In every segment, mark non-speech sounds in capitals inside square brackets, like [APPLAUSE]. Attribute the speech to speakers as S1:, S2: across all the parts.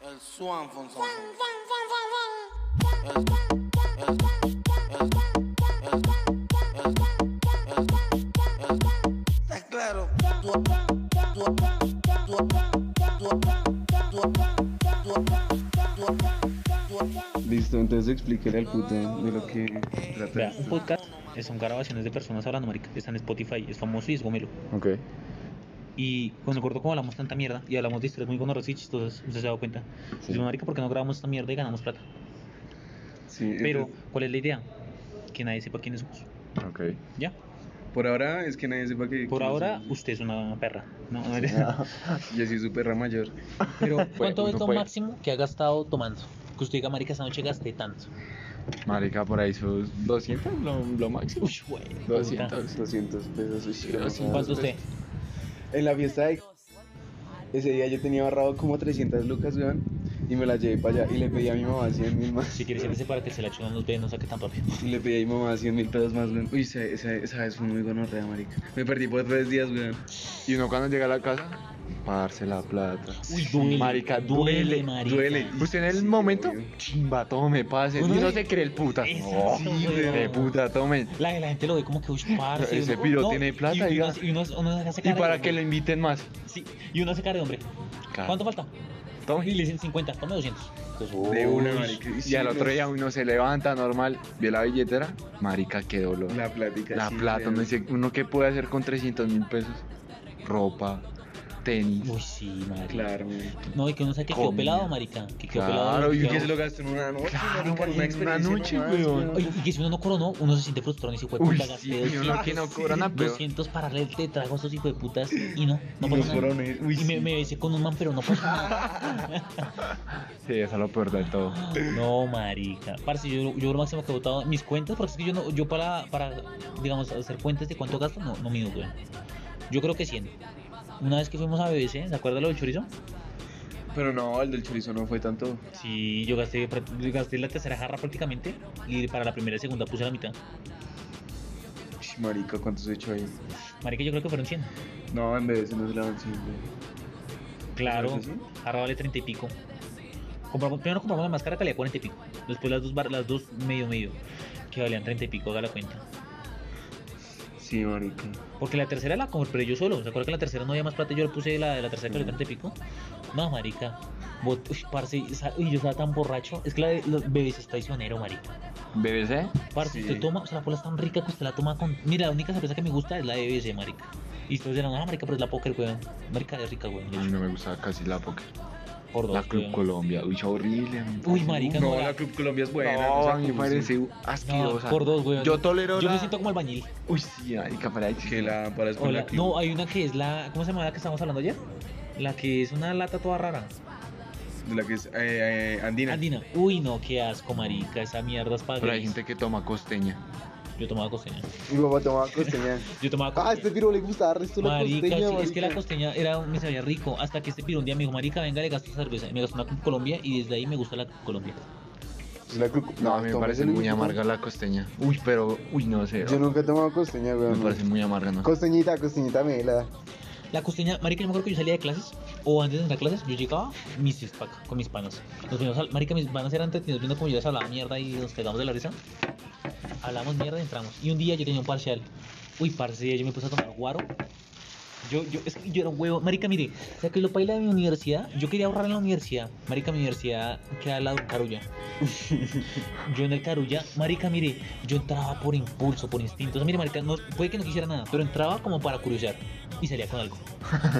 S1: El Swan Fon San Fon. Está claro.
S2: Listo, entonces explíquele al puta de lo que trata
S3: Vea, un
S2: esto.
S3: podcast son grabaciones de personas hablando, marica. Está en Spotify, es famoso y es gomelo.
S2: Ok.
S3: Y con el corto como hablamos tanta mierda y hablamos de historias muy gonorras y chistosas, usted se da cuenta.
S2: Sí.
S3: Digo, marica, ¿por qué no grabamos esta mierda y ganamos plata?
S2: Sí,
S3: Pero,
S2: entonces-
S3: ¿cuál es la idea? Que nadie sepa quiénes somos.
S2: Ok.
S3: ¿Ya?
S2: Por ahora es que nadie sepa que.
S3: Por
S2: que
S3: ahora,
S2: yo soy-
S3: usted es una perra. No, [LAUGHS] no mentira.
S2: Yo soy su perra mayor.
S3: Pero,
S2: [LAUGHS]
S3: ¿cuánto es
S4: no
S3: lo
S4: fue.
S3: máximo que ha gastado tomando? Que usted diga, marica, esta noche gasté tanto.
S4: Marica, por ahí sus 200, lo, lo máximo.
S3: Uy, güey.
S4: 200.
S2: 200 pesos. uy,
S4: ¿Cuánto
S2: no,
S3: ¿Cuánto usted?
S2: En la fiesta de... Ese día yo tenía ahorrado como 300 lucas, weón. Y me las llevé para allá y le pedí a mi mamá 100 mil más.
S3: Si quiere, siéntese para que se la chugan los dedos, no saque tan rápido.
S2: Y le pedí a mi mamá 100 mil pesos más, weón. Uy, esa, esa, esa vez fue muy gonorrea, marica. Me perdí por tres días, weón.
S4: Y uno cuando llega a la casa, darse la plata.
S3: Uy, duele.
S4: Marica,
S3: duele,
S4: duele,
S3: marica.
S2: duele.
S4: Usted en el
S2: Sí,
S4: momento,
S2: obvio.
S4: chimba, tome, pase.
S3: Uno
S4: Y no
S3: de-
S4: se cree el puta.
S3: Exacto,
S4: No,
S3: Sí,
S2: güey.
S4: de puta, tome.
S3: La, la gente lo ve como que, uy, parce.
S4: Ese
S3: uno-
S4: piro tiene plata,
S3: y, uno-
S4: diga.
S3: y uno, uno se hace
S4: Y
S3: cara de
S4: para Ah.
S3: hombre.
S4: que lo inviten más.
S3: Sí, y uno se cara de hombre.
S4: Claro.
S3: ¿Cuánto falta? Y
S4: Tome.
S3: le dicen 50, tome 200.
S4: Pues,
S2: De una, marica.
S4: Y al otro día uno se levanta normal, vio la billetera. Marica, qué dolor.
S2: La plática.
S4: La
S2: sí,
S4: plata,
S2: weón.
S4: uno dice, ¿uno qué puede hacer con 300 mil pesos? Ropa, tenis.
S3: Uy, sí, marica.
S2: Claro, weón.
S3: No, y que uno se que quedó
S4: Comida.
S3: pelado, marica. Que quedó
S4: Claro,
S3: pelado.
S4: y
S2: Y
S3: quedó-
S2: que se lo gastó en una noche,
S4: Claro,
S2: marica, en
S4: en una noche,
S2: nomás,
S4: weón.
S3: Oye, y que si uno no coronó, uno se siente frustrado y se puede
S4: Uy,
S3: puta
S4: sí,
S3: gasté
S4: uno
S3: 200,
S4: que
S3: [LAUGHS]
S4: no corona, pero.
S3: 200 para darle el trago a estos hijos de putas y no, no
S2: Y
S3: pasó
S2: los
S3: nada.
S2: coroné, uy,
S3: y me,
S2: sí.
S3: me besé con un man, pero no pasó nada.
S4: Sí, eso es lo peor de todo.
S3: [GASPS] No, marica. Parce, yo, yo lo máximo que he votado mis cuentas, porque es que yo no, yo para, para digamos, hacer cuentas de cuánto gasto, no, no mido, güey. Yo creo que 100. Una vez que fuimos a BBC, ¿se acuerda lo del chorizo?
S2: Pero no, el del chorizo no fue tanto.
S3: Sí, yo gasté, prá- gasté la tercera jarra prácticamente y para la primera y segunda puse la mitad.
S2: Uy, Marica, ¿cuántos he hecho ahí?
S3: Marica, yo creo que fueron 100.
S2: No, en vez de no se la van siempre.
S3: Claro,
S2: ¿Claro que sí?
S3: jarra vale 30 y pico. Compramos, primero compramos la máscara que valía 40 y pico. Después las dos, bar- las dos medio medio, que valían 30 y pico, haga la cuenta.
S2: Sí, marica.
S3: Porque la tercera la compré yo solo. ¿Se acuerdan que la tercera no había más plata? y Yo le puse la de la tercera que le pico. No, marica. Bot- Uy, parce, esa- uy, yo estaba tan borracho. Es que la de los bebés es traicionero, marica.
S4: ¿BBC?
S3: Parce,
S2: Sí.
S3: usted toma, o sea, la pola es tan rica que usted la toma con. Mira, la única cerveza que me gusta es la de BBC, marica. Y ustedes dirán, ah, marica, pero es la poker, weón. Marica, es rica, weón. de
S4: A
S3: hecho.
S4: mí no me gustaba casi la poker.
S3: Por
S4: La
S3: dos,
S4: Club
S3: weón.
S4: Colombia, uy, horrible.
S3: Uy, marica, no.
S2: No,
S3: la-
S2: la Club Colombia es buena.
S4: No,
S2: sea,
S4: a mí me
S2: como
S4: parece
S2: si-
S3: No,
S4: asquerosa.
S3: por dos, weón.
S4: Yo tolero
S3: Yo me
S4: la-
S3: siento como albañil.
S4: Uy, sí, marica, para ahí.
S2: Que la para
S3: O
S2: escuela
S3: la-
S2: Club.
S3: No, hay una que es la. ¿Cómo se llama la que estábamos hablando ayer? La que es una lata toda rara.
S2: De la que es eh, eh, Andina.
S3: Andina. Uy, no, qué asco, marica. Esa mierda es para
S4: Pero hay
S3: gays.
S4: gente que toma costeña.
S3: Yo tomaba costeña.
S2: Mi papá tomaba costeña.
S3: Yo tomaba costeña.
S2: ah, este tiro le gustaba resto la
S3: marica,
S2: costeña,
S3: sí,
S2: marica.
S3: es que la costeña era, me sabía rico. Hasta que este piro un día me dijo, marica, venga, le gasto cerveza. Y Me gastó una Club Colombia y desde ahí me gusta la Club Colombia.
S2: La Club-
S4: No, a mí me
S2: toma,
S4: parece
S2: ese
S4: muy
S2: le-
S4: amarga la costeña. Uy, pero, uy, no sé.
S2: Yo nunca he tomado costeña,
S4: Me
S2: weón.
S4: parece muy amarga, ¿no?
S2: Costeñita, costeñita me la.
S3: La costeña, marica, yo me acuerdo que yo salía de clases, o antes de entrar a clases, yo llegaba mis six pack con mis panas. Nos poníamos al- marica, mis panas eran entretenidos viendo como yo les hablaba mierda y nos pegamos de la risa. Hablamos mierda y entramos. Y un día yo tenía un parcial. Uy, parcial, yo me puse a tomar guaro. Yo, yo, es que yo era un huevo. Marica, mire, o sea que lo paila de mi universidad, yo quería ahorrar en la universidad. Marica, mi universidad queda al lado de Carulla. Yo en el Carulla, marica, mire, yo entraba por impulso, por instinto. O sea, mire, marica, no, puede que no quisiera nada, pero entraba como para curiosear y salía con algo.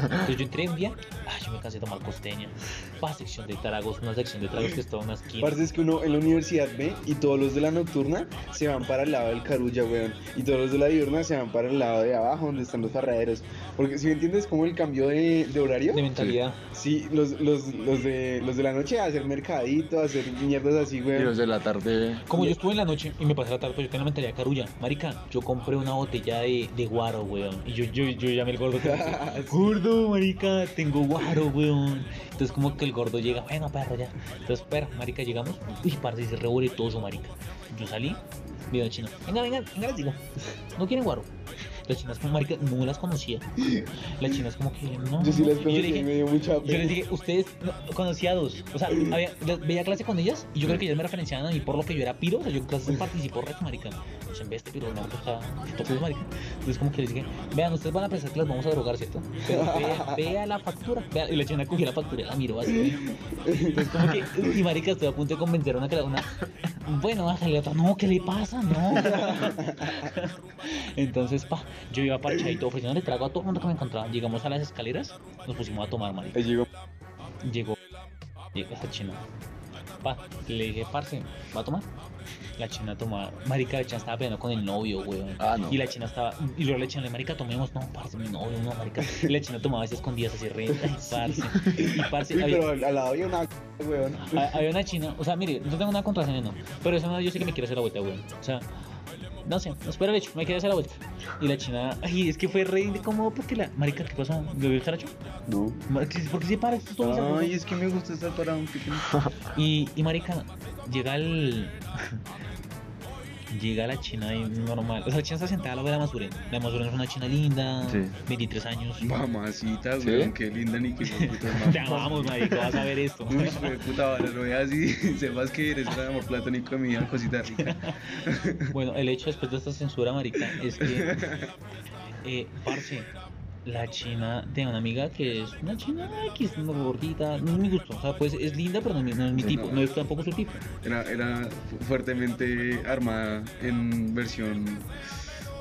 S3: Entonces yo entré un día, ah, yo me cansé de tomar costeña. Pa sección de tragos, una sección de tragos que estaba en una esquina.
S2: Parce es que uno en la universidad ve y todos los de la nocturna se van para el lado del carulla, weón. Y todos los de la diurna se van para el lado de abajo, donde están los farraderos. Porque si me entiendes, como el cambio de, de horario.
S3: De mentalidad.
S2: Sí, los, los, los, de, los de la noche a hacer mercadito, a hacer mierdas así,
S4: Y los
S2: weón.
S4: de la tarde.
S3: Como yo estuve en la noche y me pasé la tarde, pues yo tenía la mentalidad carulla. Marica, yo compré una botella de, de guaro, weón. Y yo, yo, yo llamé al gordo. que me dice,
S5: [LAUGHS]
S3: Gordo, marica, tengo guaro, weón. Entonces como que el gordo llega, bueno, perro, ya. Entonces, perro, marica, llegamos. Y parce, se revoletoso, marica. Yo salí, mira chino. Venga, venga, venga, les digo. No quieren guaro. Las chinas como, marica, no las conocía. Las chinas como que, no.
S5: Yo sí las
S3: Y
S5: conocí
S3: le
S5: y
S3: dije-
S5: me dio mucha
S3: yo les
S5: pena.
S3: dije, ustedes no- conocía a dos. O sea, había, las- veía clase con ellas y yo creo que ellas me referenciaban a mí por lo que yo era piro. O sea, yo en clases participó reto, marica. O sea, en vez de piro, no, o sea, tocó, marica. Entonces, como que les dije, vean, ustedes van a pensar que las vamos a drogar, ¿cierto? Pero vea, vea la factura. Vea. Y la china cogió la factura y la miró así. Entonces, como que, y marica, estoy a punto de convencer a una que la una. Bueno, va a salir otra. No, ¿qué le pasa? No. Entonces, pa, yo iba parchadito ofreciéndole trago a todo el mundo que me encontraba. Llegamos a las escaleras, nos pusimos a tomar, marica
S5: Ahí llegó.
S3: llegó llegó esa china pa, le dije parce va a tomar la china tomaba marica la china estaba peleando con el novio weón
S2: Ah, no.
S3: y la china estaba y luego la china le marica tomemos no parce mi novio no marica y la china tomaba así escondidas así re ay, parce y parce
S5: Uy,
S3: había-
S5: [LAUGHS] pero al lado había una c- weón.
S3: Ah, Había una china, o sea, mire, no tengo nada contra esa nena, no, pero esa nena yo sé que me quiere hacer la vuelta, weón. O sea, no sé, espera el hecho, me quiere hacer la vuelta. Y la china, ay, es que fue re incómodo porque la. Marica, ¿qué pasó? ¿Lo vio el saracho?
S5: No.
S3: Mar- ¿qué- ¿Por qué se para? Esto es todo desastroso.
S2: Ay, es que me gusta estar parado. ¿qué [LAUGHS] tiene?
S3: Y, y marica, llega el... [LAUGHS] llega la china ahí normal. O sea, la china está sentada a la de la Masuren. La Masuren es una china linda,
S2: Sí.
S3: 23 años.
S2: Mamacita,
S5: ¿Sí?
S2: weón, qué linda ni que [LAUGHS]
S3: Te amamos, marica, vas a ver esto.
S2: Uy, hijo de puta vara, lo veas y [LAUGHS] sepas que eres un amor platónico de mi vida, cosita rica.
S3: Bueno, el hecho después de esta censura, marica, es
S2: [LAUGHS]
S3: que... Eh, parce, la china... Tengo una amiga que es una china X, no, gordita. No es mi gusto. O sea, pues es linda, pero no, es mi- no es mi
S2: Sí,
S3: tipo.
S2: no.
S3: No es tampoco su tipo.
S2: Era, era fu- fuertemente armada en versión.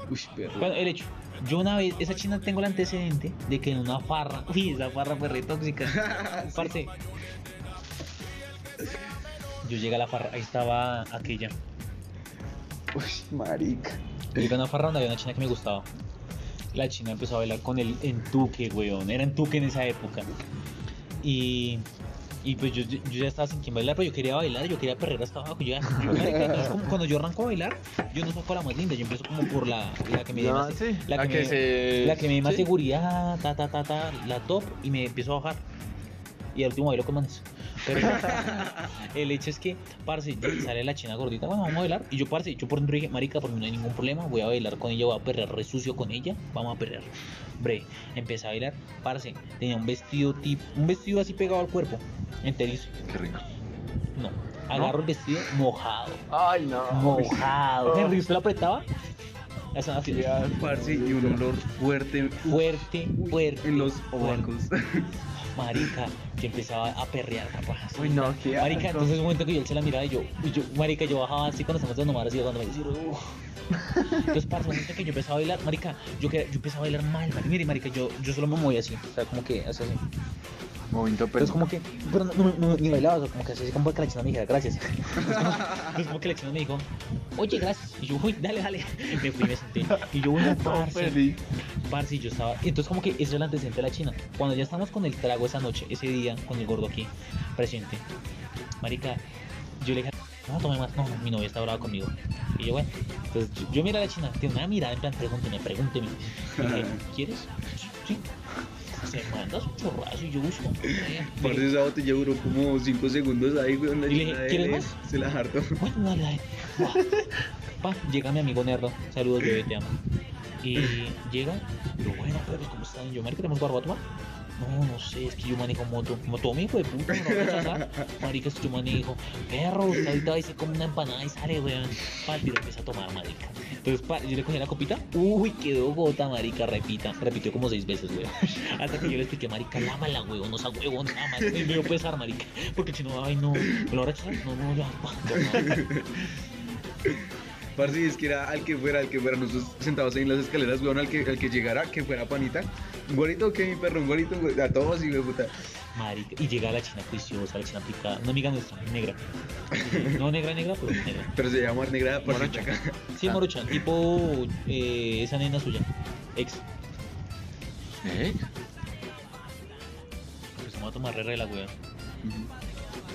S2: Uy, perro.
S3: Bueno, el hecho. Yo una vez, esa china tengo el antecedente de que en una farra, [LAUGHS] uy, esa farra fue
S2: [LAUGHS]
S3: re tóxica. Parce. Yo llegué a la farra, ahí estaba aquella.
S5: Uy, marica.
S3: Llegué a una farra donde había una china que me gustaba. La china empezó a bailar con el entuque, weón. Era entuque en esa época. Y, y pues yo, yo ya estaba sin quien bailar, pero yo quería bailar, yo quería perrear hasta abajo. Yo ya- [LAUGHS] yo, marica, entonces, como cuando yo arranco a bailar, yo no saco la más linda, yo empiezo como por la, la que me dé más- la que me-
S2: se.
S3: la que me dé más
S2: ¿sí?
S3: seguridad, ta, ta, ta, ta, la top, y me empiezo a bajar. Y al último bailo con manes. Pero [LAUGHS] el hecho es que, parce, yo- sale la china gordita, bueno, vamos a bailar. Y yo, parce, yo por dentro dije, marica, por mí no hay ningún problema, voy a bailar con ella, voy a perrear re sucio con ella, vamos a perrear. Bre, empecé a bailar, parce, tenía un vestido tip, un vestido así pegado al cuerpo, enterizo.
S2: Qué rico.
S3: No, agarro el vestido mojado,
S5: Ay, no.
S3: mojado. Henry, ¿usted lo apretaba? Eso, así,
S5: Qué asco,
S2: Parce y un olor fuerte
S3: Fuerte, fuerte.
S2: en los
S3: fuerte.
S2: ovacos.
S3: Marica, yo empezaba a perrear, papá.
S5: Uy, no, qué
S3: Marica,
S5: asco.
S3: entonces un momento que yo él se la miraba y yo, y yo marica, yo bajaba así cuando estamos nomás así, cuando me decía, "Uf". Entonces, parce, un momento que yo empezaba a bailar, marica, yo, que- yo empezaba a bailar mal, marica. Mire, marica, yo, yo solo me movía así, o sea, como que, así, así.
S2: Momento
S3: Pero es como que, pero no, no- no- ni bailaba, o sea, como que así, como que la china me dijera, gracias. [LAUGHS] Entonces, como- Entonces, como que la china me dijo, oye, gracias. Y yo, uy, dale, dale. [LAUGHS] Me fui, me senté. Y yo, bueno,
S2: [LAUGHS]
S3: parce, Parce, yo estaba. Entonces, como que eso es el antecedente de la China. Cuando ya estamos con el trago esa noche, ese día, con el gordo aquí presente, Marica, yo le dije, no tome más, no, mi novia está brava conmigo. Y yo, bueno, entonces yo, yo miré a la China, tiene una mirada en plan, pregúnteme, pregúnteme. Y le dije, ¿quieres? Sí. Se manda su chorrazo y yo busco. Y le
S2: Parce,
S3: dije,
S2: esa botella duró como 5 segundos ahí, weón. la
S3: Y le dije,
S2: china de
S3: ¿quieres
S2: él,
S3: más?
S2: Se la hartó.
S3: Bueno, dale, dale. Buah. Pa, llega mi amigo Nerdo. Saludos, bebé, te amo. Y llega, yo, bueno, pero ¿cómo están? Yo, marica, ¿tenemos barba a tomar? No, no sé, es que yo manejo moto. Moto, mi hijo de puta, no voy a rechazar. Marica, es que yo manejo. Perro, usted ahorita dice como una empanada y sale, weón. Pa, el tiro empieza a tomar, marica. Entonces, pa, yo le cogí la copita. Uy, quedó gota, marica, repita. Repitió como seis veces, weón. Hasta que yo le expliqué, marica, lámala, weón, no sea huevón, lámala. Y me dio pesar, marica. Porque si no, ay, no, ¿me lo va a rechazar? No, no, ya, pa, no, no.
S2: Parce, es que era al que fuera, al que fuera, nosotros sentados ahí en las escaleras, weón, al que, al que llegara, que fuera panita. Un gorito, que mi perro, un gorito, güey, a todos y me puta.
S3: Marica, y llega la china juiciosa, la china picada, una amiga nuestra, negra. No negra, negra, pero negra.
S2: Pero se llama negra, parce, acá.
S3: Sí,
S4: Ah.
S3: morocha, tipo eh, esa nena suya, ex.
S2: ¿Eh?
S3: Empezamos Pues, a tomar re, re la wea.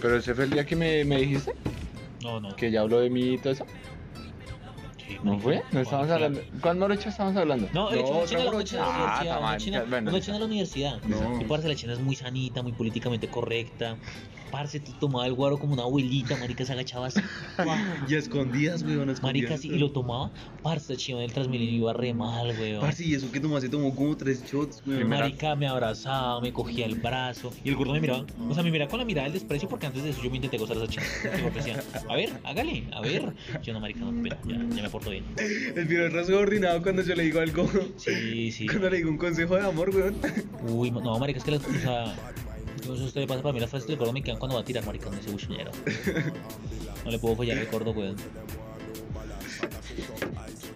S2: Pero ese fue el día que me, me dijiste
S3: No, no.
S2: que ya habló de mí y todo eso.
S4: ¿No fue? No estamos
S3: Claro.
S4: hablando. ¿Cuál morocha estamos hablando?
S3: No, el
S2: No,
S3: hecho una china,
S2: otra
S3: una china de la
S4: morocha. Ah,
S3: universidad. Una
S4: tamaño,
S3: china,
S4: bueno,
S3: una
S4: esa.
S3: china de la universidad.
S2: No.
S3: Y parce, la china es muy sanita, muy políticamente correcta. Parce, tú tomaba el guaro como una abuelita, marica, se agachaba así. [LAUGHS]
S4: [LAUGHS]
S3: ¡guau!
S2: Y a escondidas, weón, a escondidas.
S3: Marica, sí, y lo tomaba. Parce, chino del Transmilenio iba re mal, weón.
S2: Parce, y eso que tomó, se tomó como tres shots, weón.
S4: Primera-
S3: Marica me abrazaba, me cogía el brazo y el gordo me miraba. O sea, me miraba con la mirada del desprecio porque antes de eso yo me intenté gozar a esa chica. Y me decía, a ver, hágale, a ver. Yo no, marica, no, pero ya, ya me porto bien.
S2: El pirón rasgo ordinado cuando yo le digo algo.
S3: Sí, sí.
S2: Cuando le digo un consejo de amor, weón.
S3: Uy, no, marica, es que las, o sea, no sé si a usted le pasa para mí las frases del gordo me quedan cuando va a tirar, marica, no ese
S2: [LAUGHS]
S3: buchillero. No le puedo fallar al gordo, weón.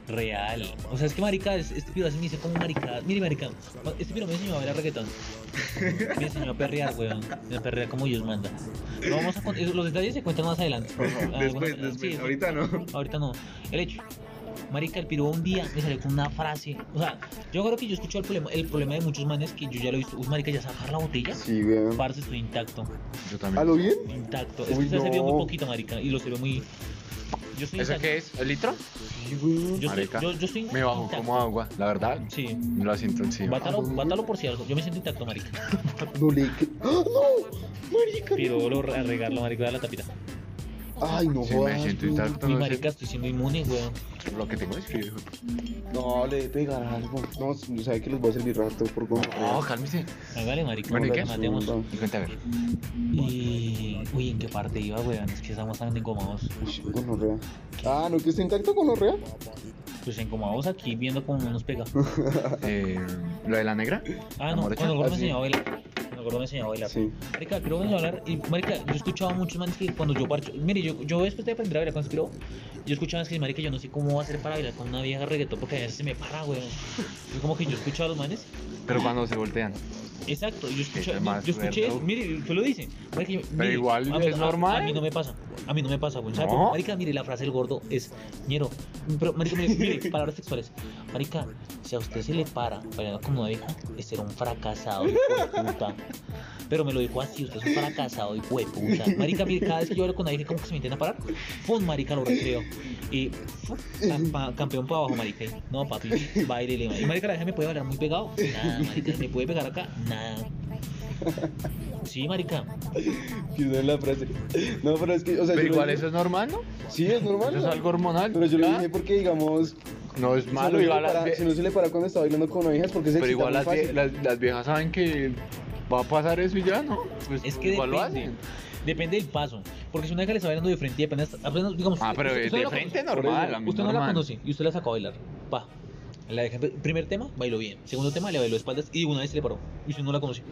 S3: Real. O sea, es que marica, es- este piro así me dice como marica. Mire, marica, este piro me enseñó a ver a reggaetón. Me enseñó a perrear, weón. Me perrea como Dios manda. No vamos a cont- eh, los detalles se cuentan más adelante. Ah,
S2: [LAUGHS] Después,
S3: bueno,
S2: después.
S3: sí,
S2: Ahorita no.
S3: Ahorita no. El hecho. Marica, el piro un día me salió con una frase. O sea, yo creo que yo escucho el problema, el problema de muchos manes que yo ya lo he visto. Uy, marica, ya sacar la botella.
S5: Sí, weón.
S3: Parce, estoy intacto.
S4: Yo
S5: ¿A
S4: también.
S5: lo bien?
S3: Intacto. Es
S5: Uy,
S3: que se vio
S5: no.
S3: muy poquito, marica. Y lo se vio muy. Yo soy
S4: ¿Eso
S3: intacto.
S4: qué es? ¿El litro?
S5: Sí, weón.
S3: Yo, soy,
S4: Marica,
S3: yo, yo soy
S4: Me bajó
S3: intacto.
S4: como agua. La verdad,
S3: Sí.
S4: me lo siento encima.
S3: Bátalo, bátalo por si algo. Yo me siento intacto, marica.
S5: No le cre- ¡Ah, ¡No! ¡Marica!
S3: Piro lo re- arreglarlo, marica, da la tapita.
S5: Ay, no
S4: Si me
S5: jodas,
S4: siento
S5: weón.
S4: intacto,
S3: Y
S4: no
S3: marica,
S4: sé.
S3: estoy siendo inmune, weón.
S4: Lo que tengo es frío. hijo.
S5: No, le pegar algo. No, sabe que los voy a servir rato por como.
S4: No, cálmese.
S3: Hágale, marica.
S4: Bueno, ¿y
S3: nos
S4: qué?
S3: matemos.
S4: Y cuenta, a ver.
S3: Y. Uy, ¿en qué parte iba, weón? Es que estamos tan engomados.
S5: Gonorrea. Ah, no, que está intacto gonorrea.
S3: Pues encomados aquí viendo cómo nos
S4: [LAUGHS]
S3: pega.
S4: Eh, ¿Lo de la negra?
S3: Ah,
S4: ¿La
S3: no,
S4: morocha?
S3: cuando el gordo me
S5: Ah, sí.
S3: enseñó a bailar. Cuando el gordo me enseñó a bailar.
S5: Sí.
S3: Marica, creo que me enseñó a bailar. Y, marica, yo he escuchado a muchos manes que cuando yo parcho. Mire, yo, yo después de aprender a bailar con Spiro, yo escuchaba es que, marica, yo no sé cómo hacer para bailar con una vieja reggaetón porque a veces se me para, weón. Es como que yo escucho a los manes.
S4: Pero cuando se voltean.
S3: Exacto, yo escuché,
S4: Eso es más
S3: yo escuché eso.
S4: raro.
S3: Mire, usted lo dice. Marica, yo- mire,
S4: igual
S3: a mí-
S4: es
S3: a-
S4: normal.
S3: A mí no me pasa. A mí no me pasa, güey. ¿Sabe
S4: No.
S3: por qué? Marica, mire, la frase del gordo es ñero. Pero, Marica, mire, mire, [LAUGHS] palabras textuales. Marica, si a usted se le para bailar como una vieja, es ser un fracasado, hijo de puta. Pero me lo dijo así, usted es un fracasado, hijo de puta. Marica, mire, cada vez que yo hablo con una vieja, como que se me intenta parar. Pum, marica, lo recreo. Y fu, cam- pa- campeón para abajo, marica. No, papi, bailele, marica. Y marica, la vieja me puede bailar muy pegado. Nada, marica, me puede pegar acá. Nada. Sí, marica.
S5: Que no es la frase. No, pero es que, o sea,
S4: Pero
S5: yo lo
S4: igual
S5: dije-
S4: eso es normal, ¿no?
S5: Sí, es normal.
S4: Eso es
S5: ¿no?
S4: algo hormonal.
S5: Pero yo lo
S4: ¿ya?
S5: dije porque, digamos,
S4: No es malo,
S5: si, no se
S4: igual
S5: le
S4: las
S5: para,
S4: vie-
S5: si no se le para cuando está bailando con ovejas, porque se
S4: Pero igual
S5: excita muy
S4: las, vie-
S5: fácil.
S4: las, las viejas saben que va a pasar eso y ya, ¿no? Pues
S3: Es que
S4: igual
S3: depende. Depende del paso. Porque si una vieja le está bailando de frente y apenas, apenas, digamos.
S4: Ah, pero
S3: usted-
S4: de,
S3: usted no
S4: de
S3: la
S4: frente
S3: conoce.
S4: normal, a mí
S3: Usted no la
S4: normal.
S3: conoce y usted la sacó a bailar. Va. La deja- primer tema, bailó bien. Segundo tema, le bailó espaldas y una vez se le paró. Y usted no la conoció.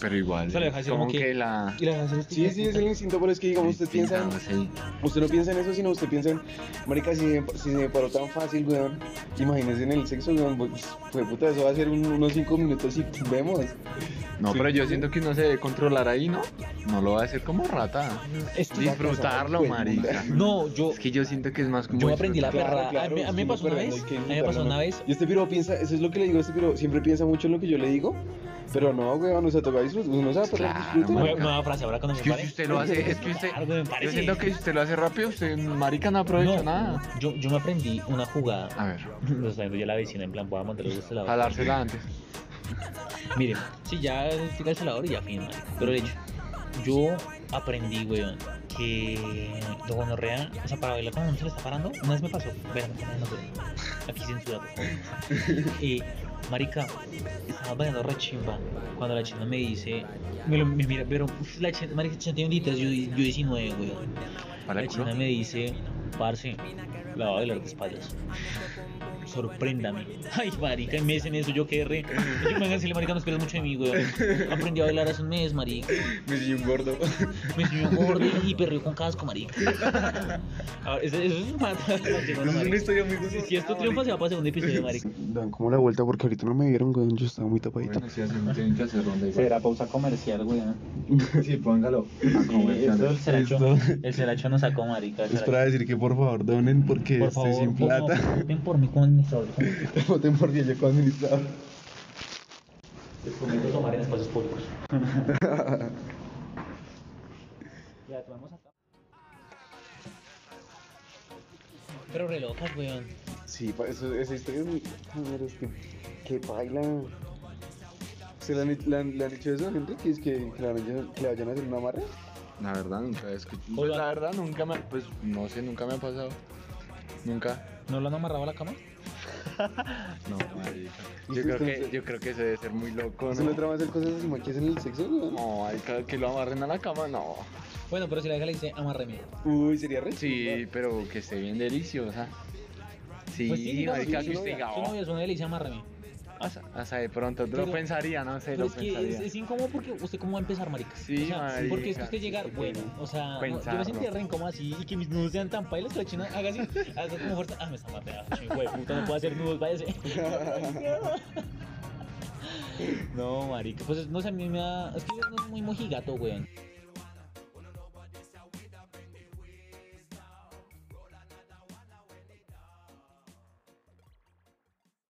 S4: Pero igual,
S3: O sea, la deja así
S4: como
S3: como que-
S4: que la...
S3: Y la deja hacer-
S5: Sí, sí, es el instinto, pero es que, digamos, usted piensa en,
S4: Sí.
S5: Usted no piensa en eso, sino usted piensa en, marica, si, me- si se me paró tan fácil, weón, imagínese en el sexo, weón, pues, pues, puta, eso va a ser un- unos cinco minutos y vemos.
S3: Ah,
S4: No, pero yo siento que uno se debe controlar ahí, ¿no? No lo va a hacer como rata.
S3: Es que-
S4: Disfrutarlo,
S5: Pues,
S4: marica.
S3: No, yo,
S4: Es que yo siento que es más como...
S3: yo aprendí la
S4: disfrutar.
S3: perra. a mí, a mí me
S5: sí,
S3: pasó una
S5: pero
S3: vez.
S5: hay que
S3: A mí me pasó
S5: disfrutarlo,
S3: una
S5: ¿no?
S3: vez.
S5: Y este piro piensa, eso es lo que le digo a este piro, siempre piensa mucho en lo que yo le digo, pero no, weón, o sea, toca disfrutar, uno sabe perder
S4: Claro,
S5: disfrute,
S4: marica.
S3: Nueva, nueva frase, ahora cuando
S4: Es
S3: me
S4: que
S3: pare.
S4: si usted lo hace, es que usted...
S3: Claro, me
S4: Yo
S3: parece.
S4: siento que si usted lo hace rápido, usted, marica, no aprovecha
S3: No,
S4: nada. Ah.
S3: yo, yo me aprendí una jugada. [LAUGHS]
S4: A ver,
S3: Lo está viendo ya la vecina, en plan, voy a mantener los este lado.
S4: jalársela antes.
S3: Miren, si ya estoy cancelador y ya fin, marica. Pero de hecho, yo aprendí, weón, que lo gonorrea, o sea, para bailar cuando no se le está parando, una vez me pasó, verán, no sé, aquí censurado. Y, marica, estaba bailando re chimba cuando la china me dice, me, lo- me mira, pero uf, la china, marica, china tiene bonitas, yo, yo 19, weón.
S4: Para
S3: La
S4: el culo.
S3: china me dice, parce, la va a bailar de espaldas. Sorpréndame. [LAUGHS] Ay, marica, un mes en eso yo quedé re. Yo me cancelé, marica, no esperas mucho de mí, weón. Aprendí a bailar hace un mes, marica.
S2: Me enseñó un gordo.
S3: Me enseñó un gordo y perrió con casco, marica. A ver, eso, eso es un mata.
S2: Es una historia muy
S3: Si,
S2: curiosa.
S3: si esto triunfa, se va para segundo episodio, marica.
S5: Dan como la vuelta, porque ahorita no me vieron, weón, yo estaba muy tapadito.
S4: Bueno, si hacen, tienen que hacer ronda igual.
S3: Será pausa comercial, weón.
S4: Sí, póngalo.
S3: el seracho, el seracho nos sacó, marica.
S5: decir que por favor donen porque
S3: Por favor, ven por mí con mis
S5: [LAUGHS] Voten por Diego como administrador.
S3: Prometo tomar en espacios públicos. ya, tomamos acá. Pero re locas, weón.
S5: Sí, pa- eso, esa historia es muy. Pero es que. Que baila. Pues, ¿Se le han, le han- le han hecho eso a gente? ¿Que, es que, que, le vayan, que le vayan a hacer una amarre?
S4: La verdad, nunca he escuchado.
S3: Hola.
S4: la verdad, nunca me. Pues no sé, nunca me ha pasado. Nunca.
S3: ¿No lo han amarrado a la cama?
S4: No, marica.
S5: ¿Y
S4: Yo creo,
S5: usted-
S4: que, yo creo que eso debe ser muy loco,
S5: ¿No se le
S4: ¿no?
S5: trama hacer cosas así como que hacen el sexo? weón?
S4: No, marica, que lo amarren a la cama, no.
S3: Bueno, pero si la vieja le dice, amárreme.
S5: Uy, sería re.
S4: Sí, pero que esté bien deliciosa. Sí,
S3: Pues sí, no,
S4: marica,
S3: sí,
S4: que
S3: su
S4: usted diga,
S3: novia- su
S4: "Oh,
S3: novia, su novia le dice, amárreme.
S4: hasta, hasta de pronto,
S3: Pero-
S4: lo pensaría, no sé,
S3: Pero
S4: lo
S3: es que es,
S4: pensaría.
S3: es incómodo porque usted cómo va a empezar, marica.
S4: Sí,
S3: o sea,
S4: marica,
S3: Porque es que usted
S4: sí,
S3: llegar,
S4: porque
S3: bueno, o sea, no, yo me
S4: pensarlo.
S3: sentía re incómodo así y que mis nudos sean tan pailas que la china haga así, haga como fuerza. Ah, me está mapeado, güey, puta, no puedo hacer nudos,
S4: [LAUGHS]
S3: váyase. [LAUGHS] no, marica, pues no sé, a mí me da, es que yo no soy muy mojigato, weón.